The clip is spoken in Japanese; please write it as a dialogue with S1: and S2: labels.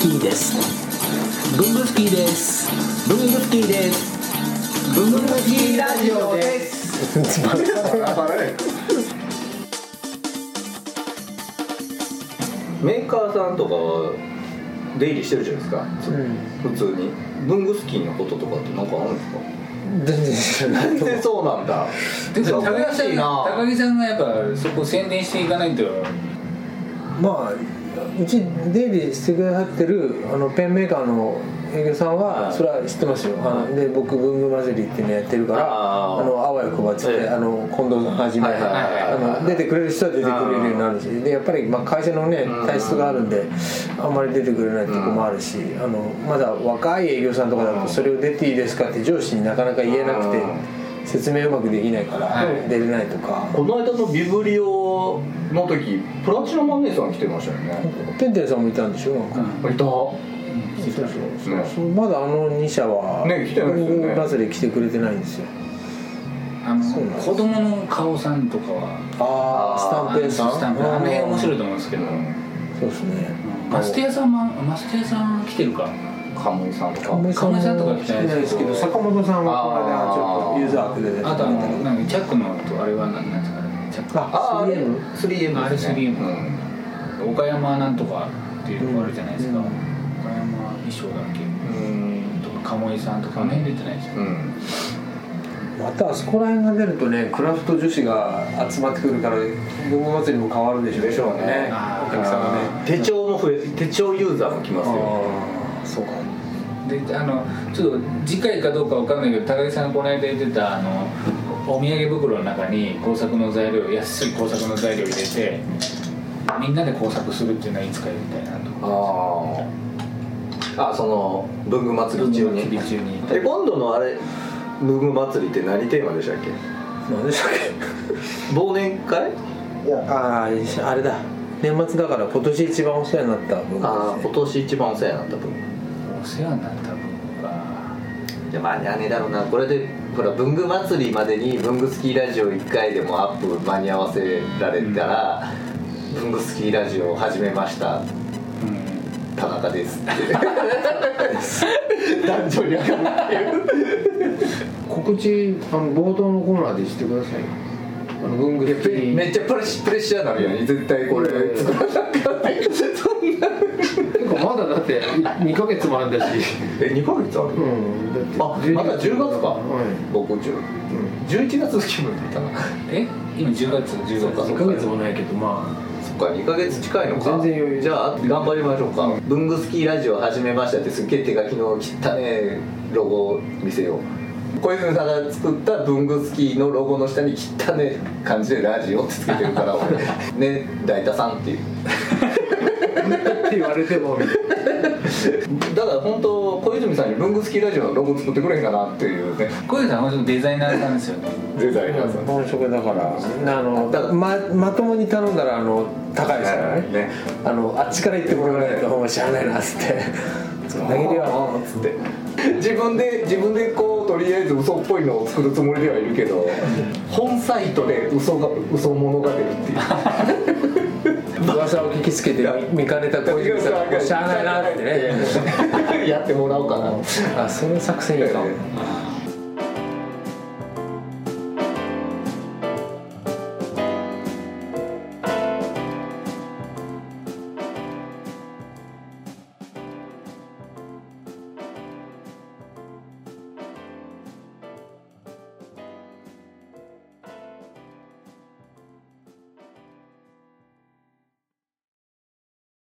S1: キーですブンブスキーですブンブスキーですブンブスキーラジオです
S2: メーカーさんとかは出入りしてるじゃないですか、普通に文具スキーのこととかって何かあるんですか
S3: 全然知らない
S2: 全然そうなんだ
S4: でも
S2: 羨
S4: 高
S2: ま
S4: 木
S2: し
S4: さん
S2: いな
S4: 高木さんがやっぱそこ宣伝していかないと
S3: まあうち出入りしてくださってるあのペンメーカーの営業さんはそれは知ってますよ、あので僕文具祭りっていうのやってるから
S2: あ
S3: あ
S2: ー
S3: のあわよくばっつって、
S2: ええ
S3: あの近藤さんはじめ、
S2: はいはいはいはい
S3: あの出てくれる人は出てくれるようになるしでやっぱりまあ会社のね
S2: うん
S3: 体質があるんであんまり出てくれないとこもあるし、あのまだ若い営業さんとかだとそれを出ていいですかって上司になかなか言えなくて
S2: う
S3: 説明うまくできないから
S4: はい
S3: 出れないとか。
S2: この間のビブリオの時プラチナマンネーさん来てましたよね
S3: ペンテルさんもいたんでしょなんか、
S2: いた
S3: そうそう
S2: ね
S3: そうまだあの2社は
S2: ね来てないですよね
S3: バズで来てくれてないんですよ
S4: あの
S3: そうなんです
S4: 子供の顔さんとかは
S3: あ
S2: あ
S3: あスタンプ屋さん
S4: スタンプあの辺面白い
S3: い
S4: と思うんですけど、
S3: そうですね
S4: マステ屋さんもマステ屋さん来てるか
S2: 鴨井さんとか
S3: 亀井
S4: 亀井さんとか
S3: も
S4: 来
S3: 来
S4: て
S3: て
S4: な
S3: ないい
S4: で
S3: ですす
S4: け
S3: け
S4: ど
S3: ど坂本さんはこの間ちょっ
S2: あー
S3: とユーザー枠で出て
S4: あとあの
S3: もらっ
S4: なんかチャックのとあれは何なんですかねチャック
S2: ああ
S3: あ
S2: れ
S3: 3M
S2: 3M です
S4: あれ
S2: ね
S4: 3M 岡山なんとかっていうのがあるじゃないですか、
S3: うん
S4: 岡山衣装だっけ
S2: うん
S4: とか鴨井さんとかね出てないですよ
S2: う
S4: ね、
S2: ん
S3: たまたあそこら辺が出るとねクラフト女子が集まってくるから文具祭りも変わるでしょう
S2: でしょうね
S4: あー
S3: お客さんがね
S2: 手帳も増え手帳ユーザーも来ますよ
S3: ああそうか
S4: であのちょっと次回かどうかわかんないけど高木さんがこの間言ってたあのお土産袋の中に工作の材料安い工作の材料入れてみんなで工作するっていうのはいつかやりたいなと
S2: あああその文具祭り中に
S4: 文具祭り中に
S2: え今度のあれ文具祭りって何テーマでしたっけ
S3: 何でしたっ
S2: 忘年会
S3: けいやあああれだ年末だから今年一番お世話になった文具
S2: ああ
S3: ですね
S2: 今年一番お世話になった分
S4: お世話になった分が
S2: いや間に合わねえだろうなこれでほら文具祭りまでに文具スキーラジオ1回でもアップ間に合わせられたら、文具スキーラジオを始めました
S4: うん
S2: 田中 ですって男女に上がるっていう
S5: 告知あの冒頭のコーナーでしてくださいよあの文具的に
S2: めっちゃプレッシプレッシャーなるやん絶対これ作らなきゃってそんな
S5: 結構まだだって2ヶ月もあるんだし
S2: え2ヶ月ある
S5: うんだって
S2: あまだ10月か、
S5: は
S2: 僕10、11月の気分だったな
S4: え今10月10
S2: そうか
S5: い
S2: そう
S5: 2
S2: か
S5: ヶ月もないけどま
S2: そっか2ヶ月近いのか
S5: 全然余裕
S2: じゃあ頑張りましょうか、文具スキーラジオ始めましたってすっげえ手書きの汚ねロゴを見せよう小泉さんが作った文具スキーのロゴの下に汚ね感じでラジオってつけてるから俺 ね大田さんっていう
S5: あって言われてもみたいな
S2: だから本当小泉さんに文具スキーラジオのロゴ作ってくれへんかなっていうね
S4: 小泉さんは本当にデザイナーさんですよね
S2: デザイナーさん
S3: 本職だからあの
S2: だから
S3: ままともに頼んだらあの高いですからね,、
S2: ね
S3: あのあっちから行ってもらわないとお前知らないなっつって投げるよ
S2: つって自分で自分でこうとりあえず嘘っぽいのを作るつもりではいるけど本サイトで嘘が嘘物が出るっていう
S3: 噂を聞きつけて見見かねた小泉さんも知らないなってね
S2: やってもらおうかな
S3: あそういう作戦いいかも
S2: ね